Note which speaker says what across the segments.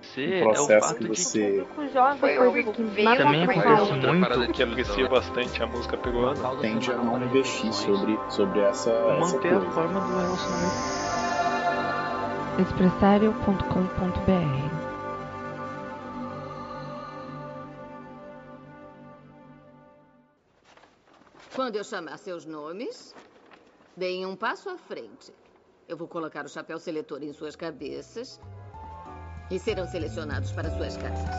Speaker 1: Você
Speaker 2: O
Speaker 1: é o
Speaker 2: Um processo
Speaker 1: fato
Speaker 2: que
Speaker 1: de
Speaker 2: você
Speaker 3: Público jovem,
Speaker 4: Foi
Speaker 3: coisa
Speaker 4: algo
Speaker 3: que
Speaker 4: que
Speaker 3: mais me
Speaker 4: veio
Speaker 1: também
Speaker 4: Mas
Speaker 3: atrapalha.
Speaker 1: acontece
Speaker 4: outra
Speaker 1: muito
Speaker 5: É parada que aprecia bastante a música peruana.
Speaker 2: tende a não investir sobre, sobre essa, essa
Speaker 1: manter a
Speaker 2: coisa.
Speaker 1: forma do relacionamento.
Speaker 3: Expressario.com.br
Speaker 6: Quando eu chamar seus nomes, deem um passo à frente. Eu vou colocar o chapéu seletor em suas cabeças e serão selecionados para suas casas.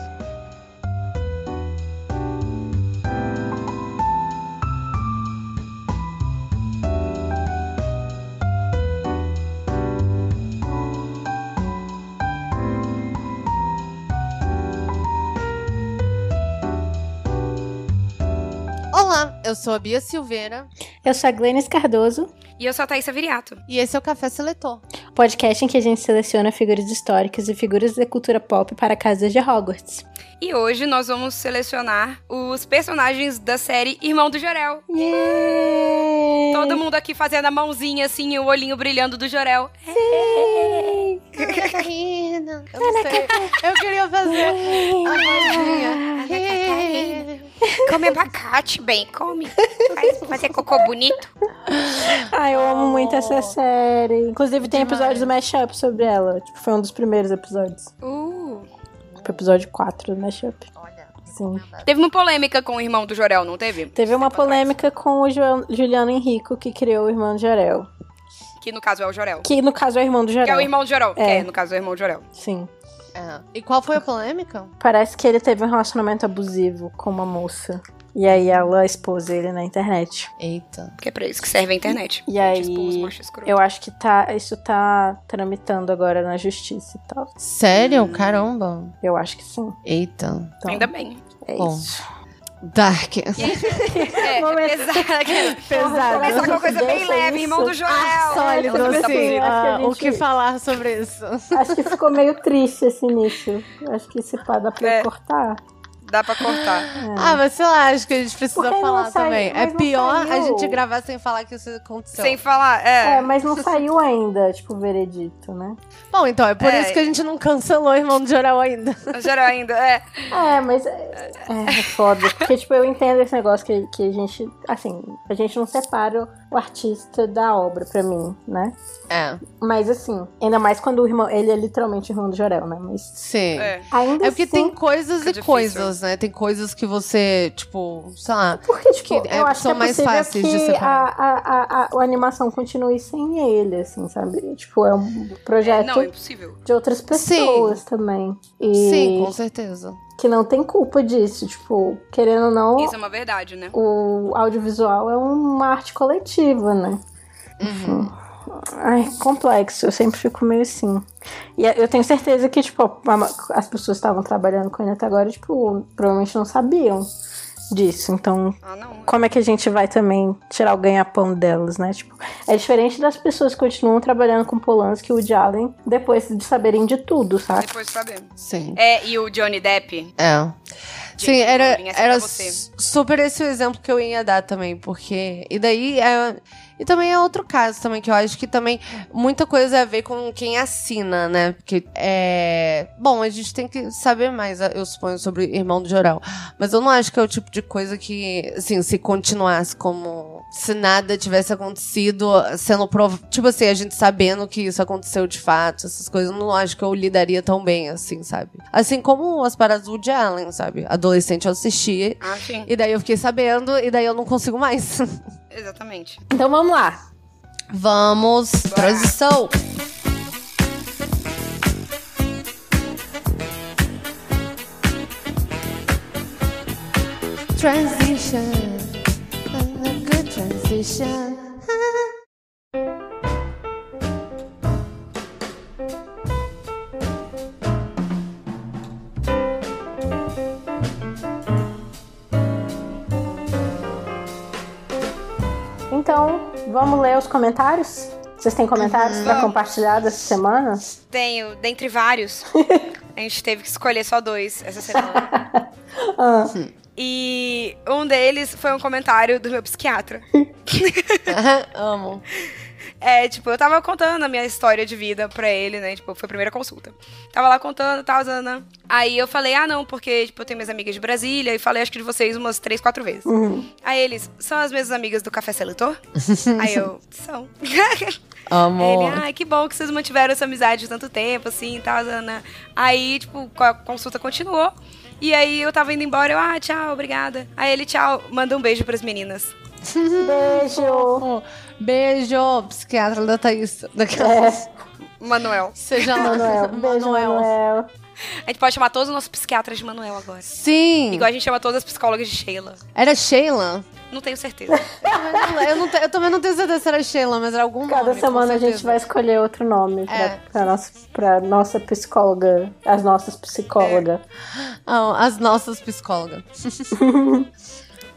Speaker 7: Olá, eu sou a Bia Silveira
Speaker 8: Eu sou a Glênis Cardoso,
Speaker 9: E eu sou a Thaisa Viriato.
Speaker 7: e esse é o Café Seletor.
Speaker 8: podcast em que a gente seleciona figuras históricas e figuras da cultura pop para casas de Hogwarts.
Speaker 9: E hoje nós vamos selecionar os personagens da série Irmão do Jorel.
Speaker 8: Yay!
Speaker 9: Todo mundo aqui fazendo a mãozinha assim e o olhinho brilhando do Jorel.
Speaker 8: Sim!
Speaker 7: Ai, Karina. Eu não sei. Eu queria fazer. a mãozinha.
Speaker 9: Come abacate, bem, come. Faz fazer cocô bonito.
Speaker 8: Ai, eu amo muito essa série. Inclusive tem
Speaker 7: Demais.
Speaker 8: episódio do Mashup sobre ela. Tipo, foi um dos primeiros episódios.
Speaker 9: Uh.
Speaker 8: Foi o episódio 4 do Mashup.
Speaker 3: Olha,
Speaker 8: Sim.
Speaker 9: Teve uma polêmica com o irmão do Jorel, não teve? tá
Speaker 8: Teve uma
Speaker 9: Tempo atrás.
Speaker 8: polêmica com o Joan- Juliano Henrico, que criou o irmão de Jorel.
Speaker 9: Que no caso é o Jorel.
Speaker 8: Que no caso é o irmão do
Speaker 9: Que é
Speaker 8: Jorel.
Speaker 9: o irmão do Jorel.
Speaker 8: É.
Speaker 9: Que é, no caso, é o irmão do Jorel.
Speaker 8: Sim.
Speaker 7: É. E qual foi a polêmica?
Speaker 8: Parece que ele teve um relacionamento abusivo com uma moça. E aí ela expôs ele na internet.
Speaker 7: Eita.
Speaker 9: Porque é pra isso que serve a internet.
Speaker 8: E
Speaker 9: Gente,
Speaker 8: aí,
Speaker 9: expulso, macho escroto.
Speaker 8: Eu acho que tá, isso tá tramitando agora na justiça e tal.
Speaker 7: Sério? Caramba.
Speaker 8: Eu acho que sim.
Speaker 7: Eita.
Speaker 8: Então,
Speaker 9: Ainda bem.
Speaker 8: é
Speaker 7: bom.
Speaker 8: isso.
Speaker 7: Dark.
Speaker 9: É, é
Speaker 8: Momento-
Speaker 9: pesado.
Speaker 8: Pesado.
Speaker 9: Começar com uma coisa bem
Speaker 8: Deixa
Speaker 9: leve, irmão do
Speaker 8: isso.
Speaker 9: Jorel.
Speaker 7: sólido,
Speaker 9: Essa
Speaker 8: assim.
Speaker 9: pessoa-
Speaker 8: acho que a
Speaker 7: ah, o que
Speaker 8: gente-
Speaker 7: falar sobre isso?
Speaker 8: Acho que ficou meio triste esse início. Acho que esse pá dá pra
Speaker 9: É.
Speaker 8: cortar.
Speaker 9: Dá pra cortar.
Speaker 7: Ah, mas sei lá, acho que a gente precisa
Speaker 8: Porque não
Speaker 7: falar
Speaker 8: saiu,
Speaker 7: também. É
Speaker 8: mas não
Speaker 7: pior a
Speaker 8: saiu.
Speaker 7: gente gravar sem falar que isso aconteceu.
Speaker 9: Sem falar,
Speaker 8: É,
Speaker 9: é.
Speaker 8: mas não saiu ainda, tipo, o veredito, né?
Speaker 7: Bom, então, é por
Speaker 9: É.
Speaker 7: isso que a gente não cancelou o Irmão de Jorel ainda.
Speaker 9: O Jorel ainda, é.
Speaker 8: É, mas é, é foda. Porque, tipo, eu entendo esse negócio que, que a gente, assim, a gente não separa o artista da obra pra mim, né?
Speaker 7: É,
Speaker 8: Mas assim, ainda mais quando o irmão. Ele é literalmente irmão do Jorel, né? Mas
Speaker 7: sim.
Speaker 9: é.
Speaker 8: ainda
Speaker 7: É porque
Speaker 8: assim.
Speaker 7: tem coisas
Speaker 9: Fica
Speaker 7: e
Speaker 9: difícil.
Speaker 7: coisas, né? Tem coisas que você, tipo, sei lá.
Speaker 8: Porque, tipo,
Speaker 7: que, é,
Speaker 8: eu acho
Speaker 7: são
Speaker 8: que é
Speaker 7: mais
Speaker 8: possível
Speaker 7: fáceis de
Speaker 8: que a,
Speaker 7: separar.
Speaker 8: a, a, a, a animação continue sem ele, assim, sabe? Tipo, é um projeto
Speaker 9: Não, é impossível.
Speaker 8: de outras pessoas também. E
Speaker 7: Sim, com certeza.
Speaker 8: que não tem culpa disso. Tipo, querendo ou não,
Speaker 9: Isso é uma verdade, né?
Speaker 8: o audiovisual é uma arte coletiva, né?
Speaker 7: Uhum.
Speaker 8: Ai, complexo. Eu sempre fico meio assim. E eu tenho certeza que, tipo, a- as pessoas que estavam trabalhando com ele até agora, tipo, provavelmente não sabiam disso. Então,
Speaker 9: Ah, não.
Speaker 8: como é que a gente vai também tirar o ganha-pão delas, né? Tipo, é diferente das pessoas que continuam trabalhando com Polanski e o Allen depois de saberem de tudo, sabe?
Speaker 9: Depois de saber.
Speaker 7: Sim.
Speaker 9: É, e o Johnny Depp?
Speaker 7: É.
Speaker 9: Gente,
Speaker 7: Sim, era,
Speaker 9: Laurinha, essa é
Speaker 7: era
Speaker 9: pra você.
Speaker 7: su- super esse o exemplo que eu ia dar também, porque. E daí é. E também é outro caso também, que eu acho que também muita coisa a ver com quem assina, né? Porque é. Bom, a gente tem que saber mais, eu suponho, sobre Irmão do Jorel. Mas eu não acho que é o tipo de coisa que, assim, se continuasse como se nada tivesse acontecido, sendo prov... Tipo assim, a gente sabendo que isso aconteceu de fato, essas coisas, eu não acho que eu lidaria tão bem, assim, sabe? Assim como as paradas do Woody Allen, sabe? Adolescente eu assistia
Speaker 9: Ah, sim.
Speaker 7: e daí eu fiquei sabendo, e daí eu não consigo mais.
Speaker 9: Exatamente.
Speaker 8: Então vamos lá.
Speaker 7: Vamos, transição! Transition. A good transition.
Speaker 8: Então, vamos ler os comentários? Vocês têm comentários pra compartilhar dessa semana?
Speaker 9: Tenho, dentre vários. A gente teve que escolher só dois essa semana.
Speaker 8: Ah,
Speaker 9: E um deles foi um comentário do meu psiquiatra.
Speaker 7: Amo.
Speaker 9: É, tipo, eu tava contando a minha história de vida pra ele, né? Tipo, foi a primeira consulta. Tava lá contando, tal, Zana. Aí eu falei, ah, não, porque, tipo, eu tenho minhas amigas de Brasília e falei, acho que de vocês umas três, quatro vezes.
Speaker 8: uhum.
Speaker 9: Aí eles, são as mesmas amigas do Café Seletor? Aí eu, são. Ele,
Speaker 7: Amo.
Speaker 9: ai, que bom que vocês mantiveram essa amizade tanto tempo, assim, tal, Zana. Aí, tipo, a consulta continuou. E aí eu tava indo embora, eu, ah, tchau, obrigada. Aí ele, tchau, manda um beijo pras meninas.
Speaker 8: Beijo!
Speaker 7: Beijo, psiquiatra da Thaís. Daquela...
Speaker 8: É,
Speaker 9: Manuel.
Speaker 7: Seja lá.
Speaker 8: Manuel. Beijo, Manuel.
Speaker 9: A gente pode chamar todos os nossos psiquiatras de Manuel agora.
Speaker 7: Sim.
Speaker 9: Igual a gente chama todas as psicólogas de Sheila.
Speaker 7: Era Sheila?
Speaker 9: Não tenho certeza.
Speaker 7: Eu, não- eu não te- eu também não tenho certeza se era Sheila, mas era algum
Speaker 8: Cada
Speaker 7: nome, né, com
Speaker 8: semana a gente
Speaker 7: certeza.
Speaker 8: vai escolher outro nome pra,
Speaker 7: É.
Speaker 8: pra nossa, pra nossa psicóloga, as nossas psicólogas.
Speaker 7: Amo, Ah, as nossas psicólogas.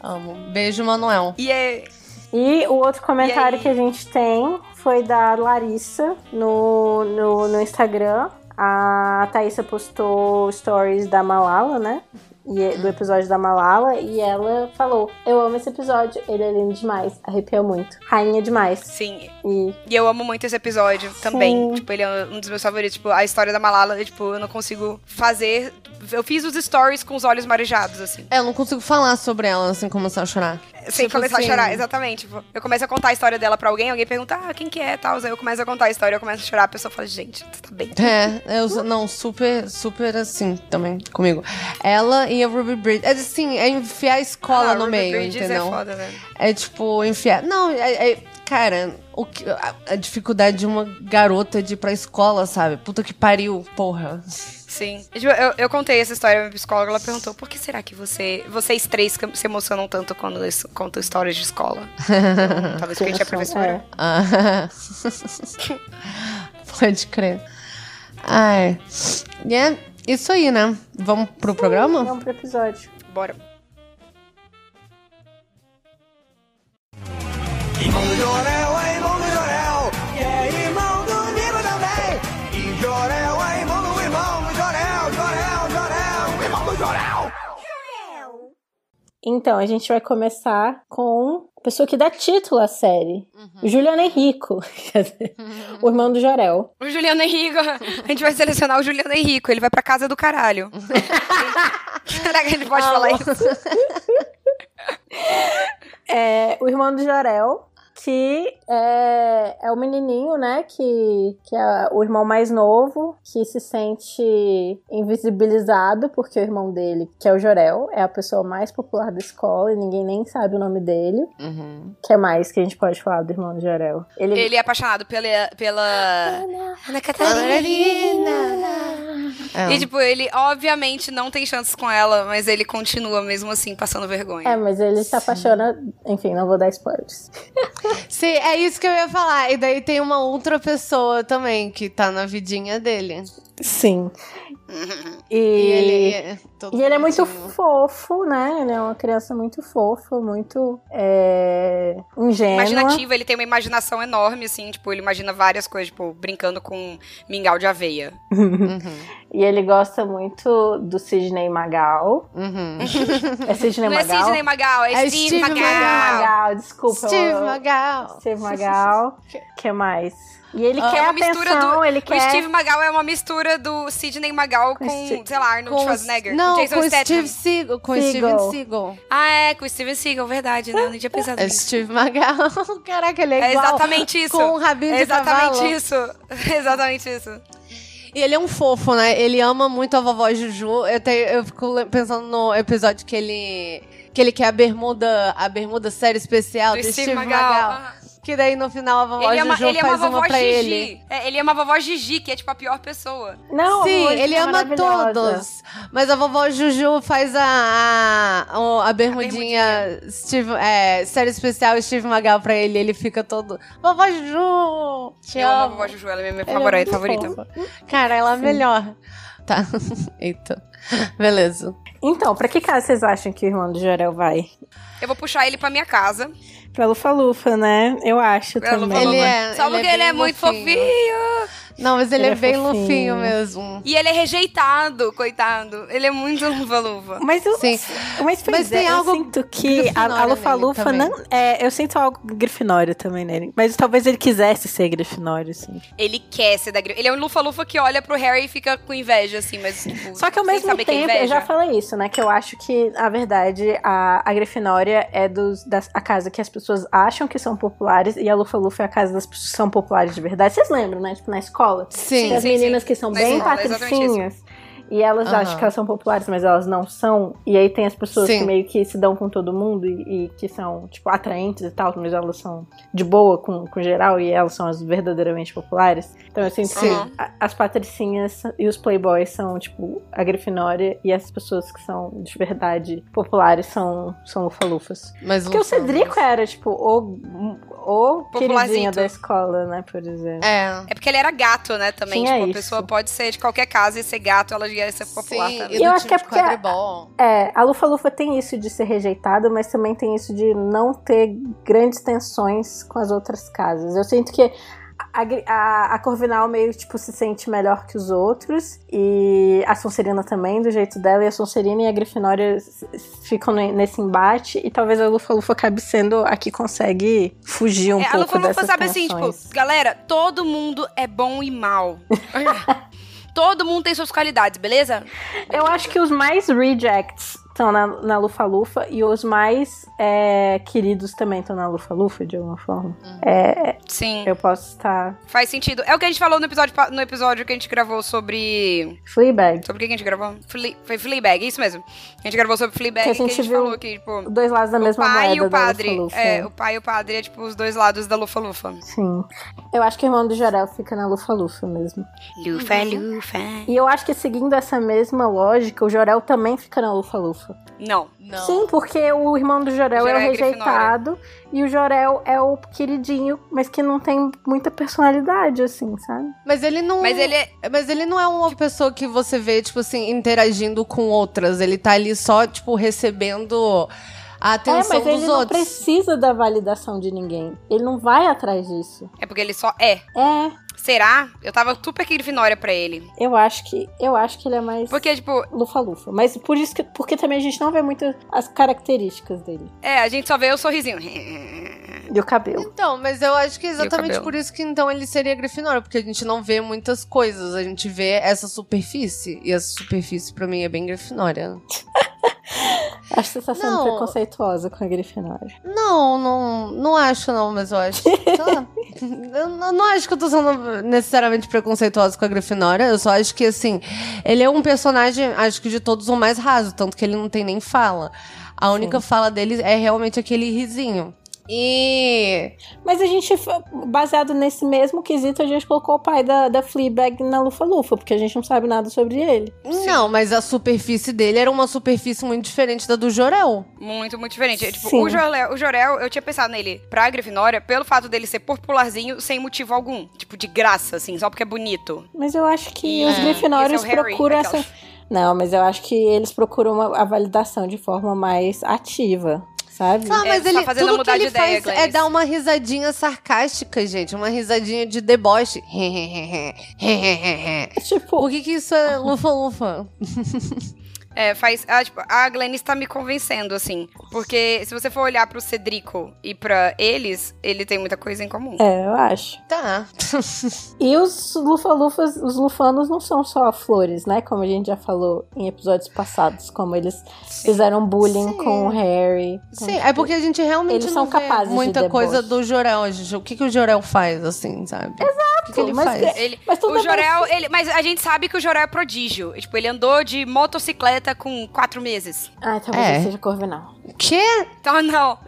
Speaker 7: Amo. Beijo, Manuel.
Speaker 9: E é.
Speaker 8: E o outro
Speaker 9: E
Speaker 8: comentário
Speaker 9: aí?
Speaker 8: que a gente tem foi da Larissa no, no, no Instagram. A Thaísa postou stories da Malala, né? E, é- do episódio da Malala. E ela falou: Eu amo esse episódio, ele é lindo demais, arrepiou muito. Rainha demais.
Speaker 9: Sim.
Speaker 8: E
Speaker 9: E eu amo muito esse episódio também.
Speaker 8: Sim.
Speaker 9: Tipo, ele é um dos meus favoritos. Tipo, a história da Malala, eu, tipo, eu não consigo fazer. Eu fiz os stories com os olhos marejados, assim.
Speaker 7: É, eu não consigo falar sobre ela assim, começar a chorar.
Speaker 9: Sem
Speaker 7: Tipo
Speaker 9: começar
Speaker 7: assim.
Speaker 9: a chorar, exatamente. Tipo, eu começo a contar a história dela pra alguém, alguém pergunta, ah, quem que é, tal. Aí eu começo a contar a história, eu começo a chorar, a pessoa fala, gente, tu tá bem.
Speaker 7: É, eu sou- não, super, super assim também comigo. Ela e a Ruby Bridge. É assim, é enfiar a escola
Speaker 9: Ah,
Speaker 7: no
Speaker 9: Ruby
Speaker 7: meio,
Speaker 9: Bridges
Speaker 7: entendeu?
Speaker 9: É foda, né?
Speaker 7: É tipo, enfiar. Não, é, é- cara, o que- a, a dificuldade de uma garota de ir pra escola, sabe? Puta que pariu, porra.
Speaker 9: Sim. Tipo, Eu, eu contei essa história pra minha psicóloga, ela perguntou, por que será que você, vocês três cam- se emocionam tanto quando es- contam histórias de escola? Então, Talvez porque a gente é professora.
Speaker 7: Ah, Pode crer. Ai. E é isso aí, né? Vamos pro programa?
Speaker 8: vamos pro É um episódio.
Speaker 9: Bora.
Speaker 8: Então, a gente vai começar com a pessoa que dá título à série: Juliano Henrico, o irmão do Jorel.
Speaker 9: O Juliano Henrico. A gente vai selecionar o Juliano Henrico. Ele vai pra casa do caralho. Será que ele pode falar isso?
Speaker 8: É o irmão do Jorel, que é, é o menininho, né? Que, que é o irmão mais novo, que se sente invisibilizado, porque o irmão dele, que é o Jorel, é a pessoa mais popular da escola e ninguém nem sabe o nome dele.
Speaker 7: Uhum.
Speaker 8: que é mais que a gente pode falar do irmão do Jorel? Ele.
Speaker 9: Ele é apaixonado pela. pela... Ana
Speaker 7: É.
Speaker 9: E, tipo, ele obviamente não tem chances com ela, mas ele continua mesmo assim, passando vergonha.
Speaker 8: É, mas ele se apaixona. Enfim, não vou dar spoilers.
Speaker 7: Sim, é isso que eu ia falar. E daí tem uma outra pessoa também que tá na vidinha dele.
Speaker 8: Sim. E,
Speaker 7: E, ele é todo
Speaker 8: E ele é muito
Speaker 7: bonitinho.
Speaker 8: fofo, né? Ele é uma criança muito fofa, muito é, ingênua.
Speaker 9: Imaginativo, ele tem uma imaginação enorme, assim, tipo, ele imagina várias coisas, tipo, brincando com mingau de aveia.
Speaker 7: Uhum,
Speaker 8: E ele gosta muito do Sidney Magal.
Speaker 7: uhum.
Speaker 8: É Sidney
Speaker 9: Não é
Speaker 8: Magal?
Speaker 9: Sidney Magal, é,
Speaker 7: É
Speaker 9: Steve,
Speaker 7: Steve
Speaker 9: Magal.
Speaker 7: Magal.
Speaker 8: desculpa.
Speaker 7: Steve
Speaker 8: eu-
Speaker 7: Magal.
Speaker 8: Steve Magal. que mais? E ele
Speaker 7: Ah,
Speaker 8: quer
Speaker 9: é uma mistura
Speaker 8: atenção, ele
Speaker 9: O
Speaker 8: quer...
Speaker 9: Steve Magal é uma mistura do Sidney Magal com,
Speaker 8: Steve-
Speaker 9: sei lá, Arnold
Speaker 7: Com-
Speaker 9: Schwarzenegger.
Speaker 7: Não,
Speaker 9: Jason
Speaker 7: com
Speaker 9: Statham.
Speaker 7: Steve Seagal. Com
Speaker 8: Seagal.
Speaker 7: Steven Seagal.
Speaker 9: Ah, é, com o Steven Seagal, verdade, né? Eu não tinha pensado
Speaker 7: É
Speaker 9: nisso.
Speaker 7: Steve Magal. Caraca, ele é,
Speaker 9: É
Speaker 7: igual.
Speaker 9: exatamente isso.
Speaker 7: Com o rabinho
Speaker 9: É
Speaker 7: de
Speaker 9: exatamente
Speaker 7: cavalo.
Speaker 9: isso. É exatamente isso.
Speaker 7: E ele é um fofo, né? Ele ama muito a vovó Juju. Eu, tenho, eu fico le- pensando no episódio que ele. Que ele quer a bermuda, a bermuda série especial do,
Speaker 9: Do
Speaker 7: Steve, Magal.
Speaker 9: Ah.
Speaker 7: Que daí no final a vovó
Speaker 9: Ele é uma,
Speaker 7: Juju
Speaker 9: ele é uma
Speaker 7: faz uma,
Speaker 9: vovó
Speaker 7: pra
Speaker 9: Gigi.
Speaker 7: ele.
Speaker 9: É, ele é uma vovó Gigi, que é tipo a pior pessoa.
Speaker 8: Não,
Speaker 7: Sim,
Speaker 8: hoje
Speaker 7: ele
Speaker 8: tá
Speaker 7: ama
Speaker 8: maravilhosa.
Speaker 7: todos. Mas a vovó Juju faz a, a, o- a bermudinha, Steve, é, série especial Steve Magal pra ele. Ele fica todo. Vovó Juju! Te
Speaker 9: Eu amo a
Speaker 7: amo.
Speaker 9: vovó Juju, ela é minha
Speaker 8: Ela é
Speaker 9: favorita.
Speaker 8: muito
Speaker 9: favorita.
Speaker 8: fofa.
Speaker 7: Cara, ela é
Speaker 8: Sim.
Speaker 7: melhor. Tá. Eita. Beleza.
Speaker 8: Então, pra que casa vocês acham que o irmão do Jorel vai?
Speaker 9: Eu vou puxar ele pra minha casa.
Speaker 8: Pra Lufa-Lufa, né? Eu acho
Speaker 9: Pra
Speaker 8: também.
Speaker 9: Lufa-Lufa.
Speaker 7: Ele é.
Speaker 9: Só porque ele
Speaker 7: bem
Speaker 9: é muito fofinho.
Speaker 7: Não, mas ele,
Speaker 8: Ele
Speaker 7: é
Speaker 8: é
Speaker 7: bem
Speaker 8: fofinho.
Speaker 7: lufinho mesmo.
Speaker 9: E ele é rejeitado, coitado. Ele é muito luva-luva.
Speaker 8: Mas eu
Speaker 7: Sim.
Speaker 8: Mas, pois
Speaker 7: Mas tem
Speaker 8: é,
Speaker 7: algo
Speaker 8: eu sinto que a, a
Speaker 7: grifinório
Speaker 8: Lufa-Lufa
Speaker 7: nele
Speaker 8: não. É, eu sinto algo grifinório também nele. Mas talvez ele quisesse ser grifinório, assim.
Speaker 9: Ele quer ser da grife. Ele é um lufa-lufa que olha pro Harry e fica com inveja, assim, mas. Tipo,
Speaker 8: Só que ao
Speaker 9: sem
Speaker 8: mesmo
Speaker 9: saber que é
Speaker 8: tempo, eu
Speaker 9: inveja.
Speaker 8: já falei isso, né? Que eu acho que, na verdade, a, a Grifinória é dos, das, a casa que as pessoas acham que são populares e a Lufa-Lufa é a casa das pessoas que são populares de verdade. Vocês lembram, né? Tipo, na escola.
Speaker 7: Sim.
Speaker 8: Tem as
Speaker 9: sim,
Speaker 8: meninas que são
Speaker 9: Na
Speaker 8: bem
Speaker 9: escola, exatamente
Speaker 8: patricinhas. E elas
Speaker 7: Aham.
Speaker 8: acham que elas são populares, mas elas não são. E aí tem as pessoas
Speaker 7: Sim.
Speaker 8: que meio que se dão com todo mundo e, e que são, tipo, atraentes e tal, mas elas são de boa com, com geral e elas são as verdadeiramente populares. Então eu sinto
Speaker 9: Sim.
Speaker 8: que a- as patricinhas e os playboys são, tipo, a Grifinória e as pessoas que são de verdade populares são, são lufalufas.
Speaker 7: Mas
Speaker 8: Porque o
Speaker 7: lufa-lufa.
Speaker 8: Cedrico era, tipo, o, o queridinho
Speaker 9: Popularzinho.
Speaker 8: da escola, né, por exemplo.
Speaker 7: É.
Speaker 9: É porque ele era gato, né, também.
Speaker 8: Tinha
Speaker 9: tipo, a
Speaker 8: é isso.
Speaker 9: pessoa pode ser de qualquer casa e ser gato, ela ia ser Tá popular
Speaker 7: Sim,
Speaker 9: também.
Speaker 7: e
Speaker 8: Eu
Speaker 7: do time
Speaker 8: acho que é
Speaker 7: de
Speaker 8: porque a-
Speaker 7: quadribol.
Speaker 8: É, a Lufa-Lufa tem isso de ser rejeitada, mas também tem isso de não ter grandes tensões com as outras casas. Eu sinto que a, Gri- a- a Corvinal meio, tipo, se sente melhor que os outros, e a Sonserina também, do jeito dela, e a Sonserina e a Grifinória s- s- ficam ne- nesse embate, e talvez a Lufa-Lufa acabe sendo a que consegue fugir um
Speaker 9: É, a
Speaker 8: pouco
Speaker 9: Lufa-Lufa
Speaker 8: dessas
Speaker 9: sabe assim,
Speaker 8: tensões.
Speaker 9: tipo, galera, todo mundo é bom e mal. todo mundo tem suas qualidades, beleza?
Speaker 8: Eu acho que os mais rejects estão na, na Lufa-Lufa e os mais é, queridos também estão na Lufa-Lufa, de alguma forma.
Speaker 9: Hum.
Speaker 8: É,
Speaker 9: Sim,
Speaker 8: eu posso estar.
Speaker 9: faz sentido. É o que a gente falou no episódio, pa- no episódio que a gente gravou sobre.
Speaker 8: Fleabag.
Speaker 9: Sobre o que a gente gravou? Fle... Foi Fleabag, isso mesmo. A gente gravou sobre Fleabag
Speaker 8: Que a
Speaker 9: e que a
Speaker 8: gente
Speaker 9: gente
Speaker 8: viu
Speaker 9: falou que, tipo.
Speaker 8: Dois lados da
Speaker 9: O
Speaker 8: mesma
Speaker 9: pai
Speaker 8: moeda
Speaker 9: e o
Speaker 8: da
Speaker 9: padre.
Speaker 8: Lufa-Lufa.
Speaker 9: É, o pai e o padre é tipo os dois lados da Lufa-Lufa.
Speaker 8: Sim. Eu acho que o irmão do Jorel fica na Lufa-Lufa mesmo.
Speaker 9: Lufa-Lufa.
Speaker 8: E eu acho que seguindo essa mesma lógica, o Jorel também fica na Lufa-Lufa.
Speaker 9: Não.
Speaker 7: Não.
Speaker 8: Sim, porque o irmão do Jorel
Speaker 9: O
Speaker 8: é o
Speaker 9: Jorel é
Speaker 8: rejeitado e o Jorel é o queridinho, mas que não tem muita personalidade, assim, sabe?
Speaker 7: Mas ele não.
Speaker 9: Mas ele é.
Speaker 7: Mas ele não é uma pessoa que você vê, tipo assim, interagindo com outras. Ele tá ali só, tipo, recebendo a atenção
Speaker 8: é, mas ele
Speaker 7: dos
Speaker 8: não
Speaker 7: outros.
Speaker 8: precisa da validação de ninguém. Ele não vai atrás disso.
Speaker 9: É porque ele só é.
Speaker 8: É,
Speaker 9: Será? Eu tava super grifinória pra ele.
Speaker 8: eu acho que eu acho que ele é mais
Speaker 9: Porque, tipo,
Speaker 8: lufa-lufa. Mas por isso que porque também a gente não vê muito as características dele
Speaker 9: é, a gente só vê o sorrisinho.
Speaker 8: e o cabelo.
Speaker 7: Então, mas eu acho que é
Speaker 9: E o
Speaker 7: exatamente
Speaker 9: cabelo.
Speaker 7: por isso que então ele seria Grifinória, porque a gente não vê muitas coisas, a gente vê essa superfície. E essa superfície pra mim é bem Grifinória.
Speaker 8: Acho que você tá sendo
Speaker 7: Não.
Speaker 8: preconceituosa com a Grifinória.
Speaker 7: Não, não, não acho não, mas eu acho. sei lá. eu não não acho que eu tô sendo necessariamente preconceituosa com a Grifinória, eu só acho que assim, ele é um personagem, acho que de todos o mais raso, tanto que ele não tem nem fala. A única fala dele é realmente aquele risinho. E
Speaker 8: Mas a gente, baseado nesse mesmo quesito, a gente colocou o pai da, da Fleabag na lufa-lufa, porque a gente não sabe nada sobre ele.
Speaker 7: Não, mas a superfície dele era uma superfície muito diferente da do Jorel.
Speaker 9: Muito, muito diferente. É, Tipo,
Speaker 8: Sim.
Speaker 9: o Jorel, o Jorel, eu tinha pensado nele pra Grifinória pelo fato dele ser popularzinho sem motivo algum. Tipo, de graça, assim, só porque é bonito.
Speaker 8: Mas eu acho que os
Speaker 9: É.
Speaker 8: Grifinórios
Speaker 9: Esse é o Harry,
Speaker 8: procuram essa...
Speaker 9: aquelas.
Speaker 8: Não, mas eu acho que eles procuram uma- a validação de forma mais ativa, sabe?
Speaker 7: Ah, mas
Speaker 9: tá
Speaker 7: ele,
Speaker 9: fazendo
Speaker 7: tudo que
Speaker 9: mudar
Speaker 7: ele
Speaker 9: de ideia,
Speaker 7: faz é
Speaker 9: Gladys.
Speaker 7: dar uma risadinha sarcástica, gente. Uma risadinha de deboche.
Speaker 8: Tipo,
Speaker 7: Por que que isso é lufa-lufa?
Speaker 9: É, faz. Ah, tipo, a Glennis tá me convencendo, assim. Porque se você for olhar pro Cedrico e pra eles, ele tem muita coisa em comum.
Speaker 8: é, eu acho.
Speaker 7: Tá.
Speaker 8: E os lufa-lufas, os lufanos não são só flores, né? Como a gente já falou em episódios passados, como eles fizeram bullying
Speaker 7: Sim.
Speaker 8: com o Harry. Então,
Speaker 7: Sim, é porque a gente realmente
Speaker 8: Eles
Speaker 7: não
Speaker 8: são capazes
Speaker 7: vê
Speaker 8: de
Speaker 7: muita
Speaker 8: deboche.
Speaker 7: coisa do Jorel, gente. O que, que o Jorel faz, assim, sabe? Exato. O que, que ele
Speaker 8: mas
Speaker 7: faz?
Speaker 8: é-
Speaker 9: Ele,
Speaker 8: Mas tudo
Speaker 9: o
Speaker 8: bem.
Speaker 9: Jorel, ele, mas a gente sabe que o Jorel é prodígio. Tipo, ele andou de motocicleta com quatro meses.
Speaker 8: Ah, talvez
Speaker 7: É.
Speaker 8: eu seja Corvinal.
Speaker 7: O quê?
Speaker 9: Então, não.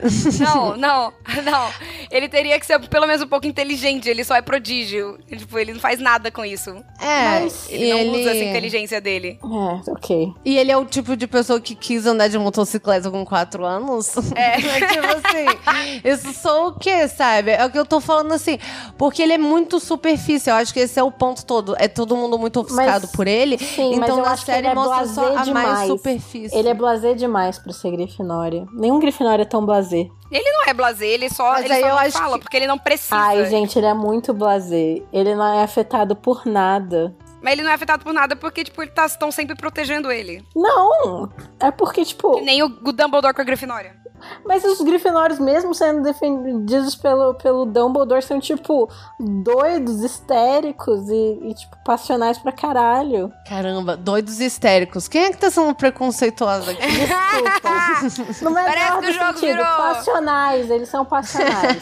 Speaker 9: Não, não, não. Ele teria que ser pelo menos um pouco inteligente. Ele só é prodígio. Ele, Tipo, ele não faz nada com isso.
Speaker 7: É,
Speaker 8: Mas
Speaker 7: e
Speaker 9: Ele, não usa essa
Speaker 8: assim,
Speaker 7: ele...
Speaker 9: inteligência dele.
Speaker 8: É, ok.
Speaker 7: E ele é o tipo de pessoa que quis andar de motocicleta com quatro anos.
Speaker 9: É.
Speaker 7: tipo assim, isso sou o quê, sabe? É o que eu tô falando assim. Porque ele é muito superficial. Eu acho que esse é o ponto todo. É todo mundo muito ofuscado por ele.
Speaker 8: Sim, mas
Speaker 7: então
Speaker 8: eu
Speaker 7: na
Speaker 8: acho que
Speaker 7: série
Speaker 8: ele é
Speaker 7: mostra só a
Speaker 8: blasé
Speaker 7: mais
Speaker 8: demais.
Speaker 7: superfície.
Speaker 8: Ele é blasé demais pra ser Grifinória. Nenhum Grifinória é tão blasé.
Speaker 9: Ele não é blasé, ele só,
Speaker 7: Mas
Speaker 9: ele
Speaker 7: aí
Speaker 9: só
Speaker 7: eu
Speaker 9: não
Speaker 7: acho
Speaker 9: fala,
Speaker 7: que-
Speaker 9: porque ele não precisa.
Speaker 8: Ai, gente, ele é muito blasé. Ele não é afetado por nada.
Speaker 9: Mas ele não é afetado por nada porque, tipo, eles estão sempre protegendo ele.
Speaker 8: Não! É porque, tipo.
Speaker 9: Que nem o o Dumbledore com a Grifinória.
Speaker 8: Mas os Grifinórios, mesmo sendo defendidos pelo, pelo Dumbledore, são, tipo, doidos, histéricos e, e, tipo, passionais pra caralho.
Speaker 7: Caramba, doidos histéricos. Quem é que tá sendo preconceituosa aqui?
Speaker 8: Desculpa. Não é
Speaker 9: Parece
Speaker 8: nada
Speaker 9: que o jogo
Speaker 8: sentido.
Speaker 9: virou.
Speaker 8: Passionais, eles são passionais.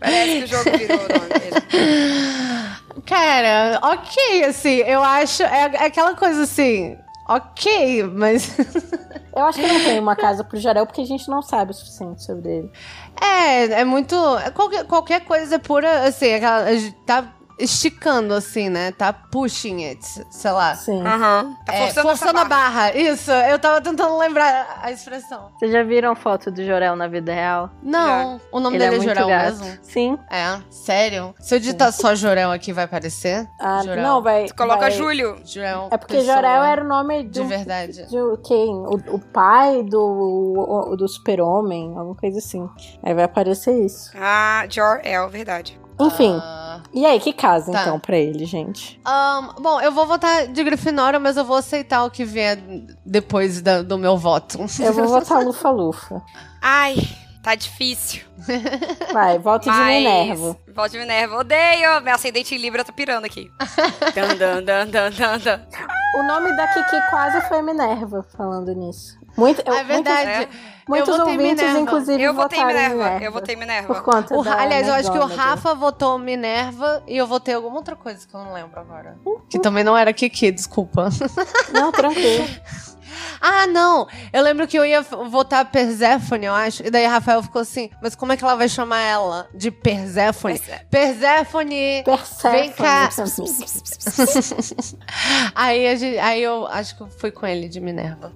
Speaker 9: Parece que o jogo virou o nome dele.
Speaker 7: Cara, ok, assim, eu acho. É é aquela coisa assim. Ok, mas.
Speaker 8: Eu acho que não tem uma casa pro Jorel, porque a gente não sabe o suficiente sobre ele.
Speaker 7: É, é muito. é Qualquer, qualquer coisa é pura, assim, aquela, tá esticando, assim, né? Tá pushing it, sei lá.
Speaker 8: Sim.
Speaker 9: Aham. Tá
Speaker 7: É,
Speaker 9: forçando, essa
Speaker 7: a barra. Isso, eu tava tentando lembrar a expressão.
Speaker 8: Vocês já viram foto do Jorel na vida real?
Speaker 7: Não, o nome dele é, Jorel mesmo.
Speaker 8: Sim.
Speaker 7: É, sério? Se eu digitar só Jorel aqui, vai aparecer?
Speaker 8: Ah,
Speaker 7: Jorel.
Speaker 8: não, vai.
Speaker 9: Coloca
Speaker 8: vai...
Speaker 9: Júlio.
Speaker 7: Jorel.
Speaker 8: É porque
Speaker 7: pessoa
Speaker 8: Jorel era o nome de,
Speaker 7: De
Speaker 8: um,
Speaker 7: verdade.
Speaker 8: de quem? O, o pai do, o- do super-homem, alguma coisa assim. Aí vai aparecer isso.
Speaker 9: Ah, Jor-El, verdade.
Speaker 8: Enfim.
Speaker 7: Ah.
Speaker 8: E aí, que casa,
Speaker 7: Tá.
Speaker 8: então, pra ele, gente?
Speaker 7: Ahn, bom, eu vou votar de Grifinória, mas eu vou aceitar o que vier depois da- do meu voto.
Speaker 8: Eu vou votar Lufa-Lufa.
Speaker 9: Ai, tá difícil.
Speaker 8: Vai, voto de
Speaker 9: mas...
Speaker 8: Minerva.
Speaker 9: Volte de Minerva. Odeio. Meu ascendente em Libra tá pirando aqui. dan, dan, dan, dan, dan, dan.
Speaker 8: O nome da Kiki quase foi Minerva, falando nisso. Muito, eu-
Speaker 7: é verdade.
Speaker 8: Muitos, muitos
Speaker 7: votei em
Speaker 8: ouvintes,
Speaker 7: Minerva.
Speaker 8: inclusive,
Speaker 9: Eu votei
Speaker 8: votaram
Speaker 9: Minerva.
Speaker 8: Minerva.
Speaker 9: Eu votei
Speaker 8: Por
Speaker 9: Minerva.
Speaker 8: conta
Speaker 7: O Ra-
Speaker 8: da
Speaker 7: aliás, eu acho que o
Speaker 8: McGonagall.
Speaker 7: Rafa votou Minerva e eu votei alguma outra coisa que eu não lembro agora.
Speaker 8: Uh,
Speaker 7: Que também não era Kiki, desculpa.
Speaker 8: né? Não, tranquilo.
Speaker 7: Ah, não! Eu lembro que eu ia f- votar Persephone, eu acho. E daí a Rafael ficou assim, mas como é que ela vai chamar ela de Persephone? Persephone!
Speaker 8: Persephone.
Speaker 7: Vem cá.
Speaker 8: minha amiga.
Speaker 7: aí, a gente- aí eu acho que eu fui com ele de Minerva.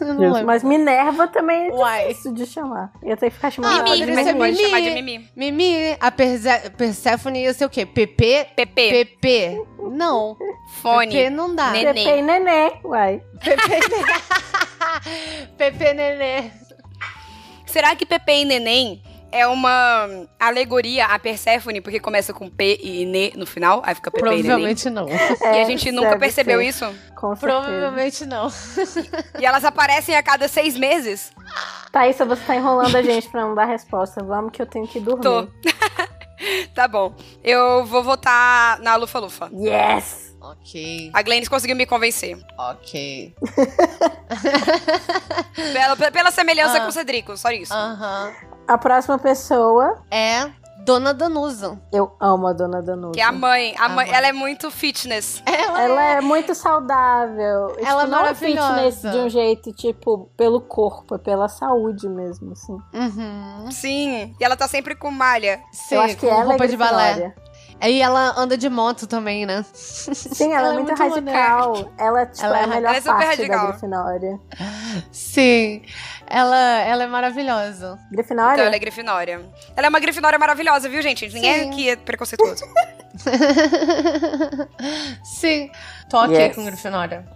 Speaker 7: Eu não lembro.
Speaker 8: Mas Minerva também é
Speaker 7: Uai.
Speaker 8: difícil de chamar. Eu tenho que ficar chamando
Speaker 7: Ah,
Speaker 8: ela de
Speaker 9: Mimi,
Speaker 7: poderia
Speaker 9: mas
Speaker 7: ser
Speaker 9: você pode
Speaker 7: Mimi.
Speaker 9: chamar de Mimi.
Speaker 7: Mimi, a Perse Persephone ia ser o quê? PP?
Speaker 9: PP.
Speaker 7: PP? Não. PP
Speaker 9: Fone.
Speaker 7: não dá.
Speaker 9: Nenê.
Speaker 8: Pepe e Nenê, uai.
Speaker 7: PP Nenê.
Speaker 9: Será que Pepe e Neném é uma alegoria a Perséfone, porque começa com P e N no final, aí fica Pepe e Neném?
Speaker 7: Provavelmente não.
Speaker 9: E
Speaker 8: É,
Speaker 9: a gente nunca
Speaker 8: deve
Speaker 9: percebeu
Speaker 8: ser,
Speaker 9: isso.
Speaker 8: Com certeza.
Speaker 7: Provavelmente não.
Speaker 9: E elas aparecem a cada seis meses.
Speaker 8: Thaísa, você tá enrolando a gente pra não dar resposta. Vamos que eu tenho que dormir.
Speaker 9: Tô. Tá bom. Eu vou votar na Lufa Lufa.
Speaker 8: Yes!
Speaker 7: Ok,
Speaker 9: A Glennis conseguiu me convencer.
Speaker 7: ok.
Speaker 9: Pela, pe- pela semelhança
Speaker 7: Ah.
Speaker 9: com o Cedrico, só isso.
Speaker 7: Aham.
Speaker 8: A próxima pessoa,
Speaker 7: É Dona Danusa.
Speaker 8: eu amo a dona Danusa.
Speaker 9: Que é a mãe. A
Speaker 7: A
Speaker 9: mãe,
Speaker 7: mãe.
Speaker 9: Ela é muito fitness.
Speaker 7: Ela,
Speaker 8: Ela é muito saudável.
Speaker 7: Ela é
Speaker 8: tipo, não
Speaker 7: maravilhosa.
Speaker 8: fitness de um jeito, tipo, pelo corpo, é pela saúde mesmo, assim.
Speaker 7: Uhum.
Speaker 9: Sim. E ela tá sempre com malha.
Speaker 7: Sim,
Speaker 8: eu acho que
Speaker 7: com
Speaker 8: ela
Speaker 7: roupa
Speaker 8: é
Speaker 7: de balé. É,
Speaker 8: Grifinória.
Speaker 7: E ela anda de moto também, né?
Speaker 8: Sim, ela, é muito, radical. Ela, tipo,
Speaker 7: Ela
Speaker 8: é
Speaker 7: é-
Speaker 8: a melhor
Speaker 9: ela é super
Speaker 8: parte
Speaker 9: radical.
Speaker 8: da Grifinória.
Speaker 7: Sim. Ela, ela é maravilhosa.
Speaker 8: Grifinória?
Speaker 9: Então ela é grifinória. Ela é uma grifinória maravilhosa, viu, gente? Ninguém
Speaker 7: Sim.
Speaker 9: aqui é preconceituoso.
Speaker 7: Sim. Tô ok
Speaker 8: Yes.
Speaker 7: com Grifinória.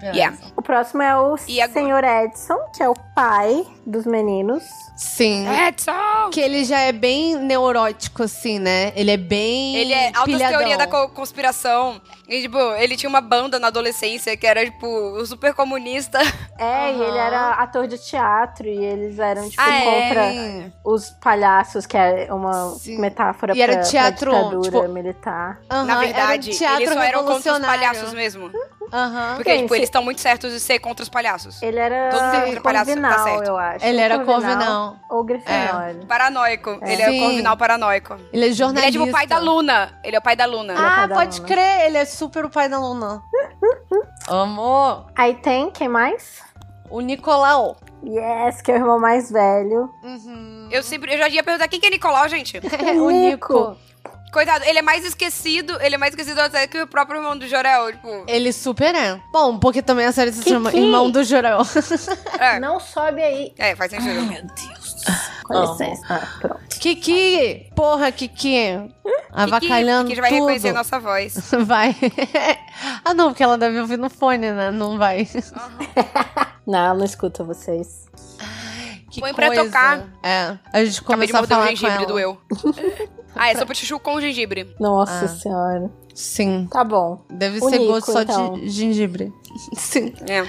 Speaker 7: Beleza.
Speaker 9: Yeah.
Speaker 8: O próximo é o
Speaker 9: E agora?
Speaker 8: senhor Edson, que é o pai dos meninos.
Speaker 7: Sim.
Speaker 9: É. Edson!
Speaker 7: Que ele já é bem neurótico, assim, né? Ele é bem.
Speaker 9: Ele é altas
Speaker 7: pilhadão.
Speaker 9: teoria da co- conspiração. E, tipo, ele tinha uma banda na adolescência que era, tipo, o super comunista.
Speaker 8: É, e
Speaker 7: Aham.
Speaker 8: ele era ator de teatro e eles eram, tipo,
Speaker 9: Ah, é?
Speaker 8: contra
Speaker 7: Sim.
Speaker 8: os palhaços, que é uma
Speaker 7: Sim.
Speaker 8: metáfora
Speaker 7: E era
Speaker 8: pra, pra
Speaker 7: teatro,
Speaker 8: ditadura
Speaker 7: tipo-
Speaker 8: militar.
Speaker 7: Aham,
Speaker 9: Na
Speaker 7: era
Speaker 9: verdade,
Speaker 7: um teatro
Speaker 9: eles só eram contra os
Speaker 7: revolucionário.
Speaker 9: palhaços mesmo.
Speaker 7: Aham.
Speaker 9: Porque, tipo,
Speaker 8: Gente.
Speaker 9: eles estão muito certos de ser contra os palhaços.
Speaker 7: É.
Speaker 8: Ele era
Speaker 9: Todo mundo era palhaço, tá
Speaker 8: Corvinal,
Speaker 9: certo.
Speaker 8: eu acho.
Speaker 7: Ele
Speaker 8: Ou
Speaker 7: era Corvinal.
Speaker 8: Ou
Speaker 9: É.
Speaker 8: Grifinória.
Speaker 9: Paranoico.
Speaker 8: É.
Speaker 9: Ele é o
Speaker 7: Sim.
Speaker 9: corvinal paranoico.
Speaker 7: Ele é
Speaker 9: Ele é
Speaker 7: jornalista.
Speaker 9: tipo o pai da Luna. Ele é o pai da Luna.
Speaker 8: é o
Speaker 7: Ah,
Speaker 8: pai da
Speaker 7: pode
Speaker 8: Luna.
Speaker 7: crer, ele é super o pai da Luna. Amor.
Speaker 8: Aí tem, quem mais?
Speaker 7: O Nicolau.
Speaker 8: Yes, que é o irmão mais velho.
Speaker 7: Uhum.
Speaker 9: Eu sempre. Eu já ia perguntar quem que é Nicolau, gente.
Speaker 7: o Nico.
Speaker 9: Coitado, ele é mais esquecido. Ele é mais esquecido até que o próprio irmão do Jorel. Tipo,
Speaker 7: Ele super é. Bom, porque também a série se
Speaker 8: Kiki.
Speaker 7: chama Irmão do Jorel.
Speaker 9: é.
Speaker 8: Não sobe aí.
Speaker 9: É, faz sentido.
Speaker 8: Com licença. Ah, pronto.
Speaker 7: Kiki! Porra, Kiki! Avacalhando
Speaker 9: Que já vai
Speaker 7: Ah, tudo.
Speaker 9: reconhecer a nossa voz.
Speaker 7: Vai. ah, não, porque ela deve ouvir no fone, né? Não vai.
Speaker 8: Não, não escuta vocês.
Speaker 7: Que
Speaker 9: Põe pra
Speaker 7: coisa.
Speaker 9: tocar.
Speaker 7: É. A gente
Speaker 9: Acabei de
Speaker 7: começou a
Speaker 9: morder o
Speaker 7: falar com ela.
Speaker 9: gengibre, doeu. ah, é sopa de chuchu com gengibre.
Speaker 8: Nossa
Speaker 7: Ah.
Speaker 8: senhora.
Speaker 7: Sim.
Speaker 8: Tá bom.
Speaker 7: Deve
Speaker 8: O
Speaker 7: ser
Speaker 8: Nico,
Speaker 7: gosto só
Speaker 8: então.
Speaker 7: de gengibre. Sim.
Speaker 9: É.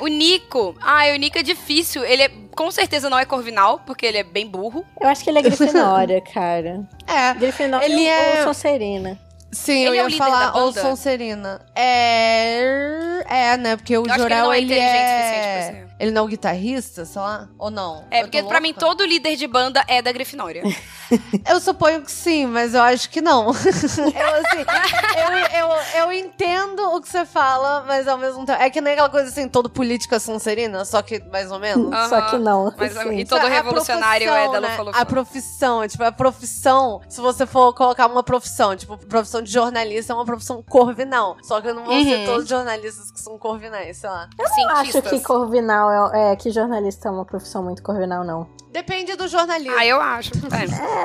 Speaker 9: O Nico. Ah, o Nico é difícil. Ele é, com certeza não é corvinal, porque ele é bem burro.
Speaker 8: Eu acho que ele é Grifinória, cara.
Speaker 7: É.
Speaker 8: Grifinória
Speaker 7: Ele
Speaker 8: ou-
Speaker 7: é-
Speaker 8: ou Sonserina.
Speaker 7: Sim,
Speaker 9: Ele
Speaker 7: eu
Speaker 9: é
Speaker 7: ia
Speaker 9: o líder da
Speaker 7: falar ou
Speaker 9: banda?
Speaker 7: Sonserina. É. É, né? Porque o
Speaker 9: Eu acho que ele
Speaker 7: Jorel,
Speaker 9: não é
Speaker 7: ele
Speaker 9: inteligente o
Speaker 7: é.
Speaker 9: suficiente pra
Speaker 7: Ele não é o guitarrista, sei lá? Ou não?
Speaker 9: É,
Speaker 7: Eu
Speaker 9: porque
Speaker 7: tô
Speaker 9: pra mim
Speaker 7: louca?
Speaker 9: todo líder de banda é da Grifinória.
Speaker 7: Eu suponho que sim, mas eu acho que não. eu, assim, eu, eu, eu entendo o que você fala, mas ao mesmo tempo. É que nem aquela coisa assim, todo político é Sonserina, só que mais ou menos.
Speaker 8: Só que não.
Speaker 9: Mas,
Speaker 8: assim.
Speaker 9: e todo
Speaker 7: A
Speaker 9: revolucionário é
Speaker 7: profissão,
Speaker 9: da
Speaker 7: né?
Speaker 9: Lufa Lufa.
Speaker 7: A profissão, tipo, a profissão, se você for colocar uma profissão, tipo, profissão de jornalista é uma profissão corvinal. Só que não vão ser
Speaker 9: Uhum.
Speaker 7: todos jornalistas que são corvinais, sei lá.
Speaker 8: Eu acho
Speaker 9: Cientistas.
Speaker 8: que corvinal é, é que jornalista é uma profissão muito corvinal, não.
Speaker 7: Depende do jornalista.
Speaker 9: Ah, eu acho. É.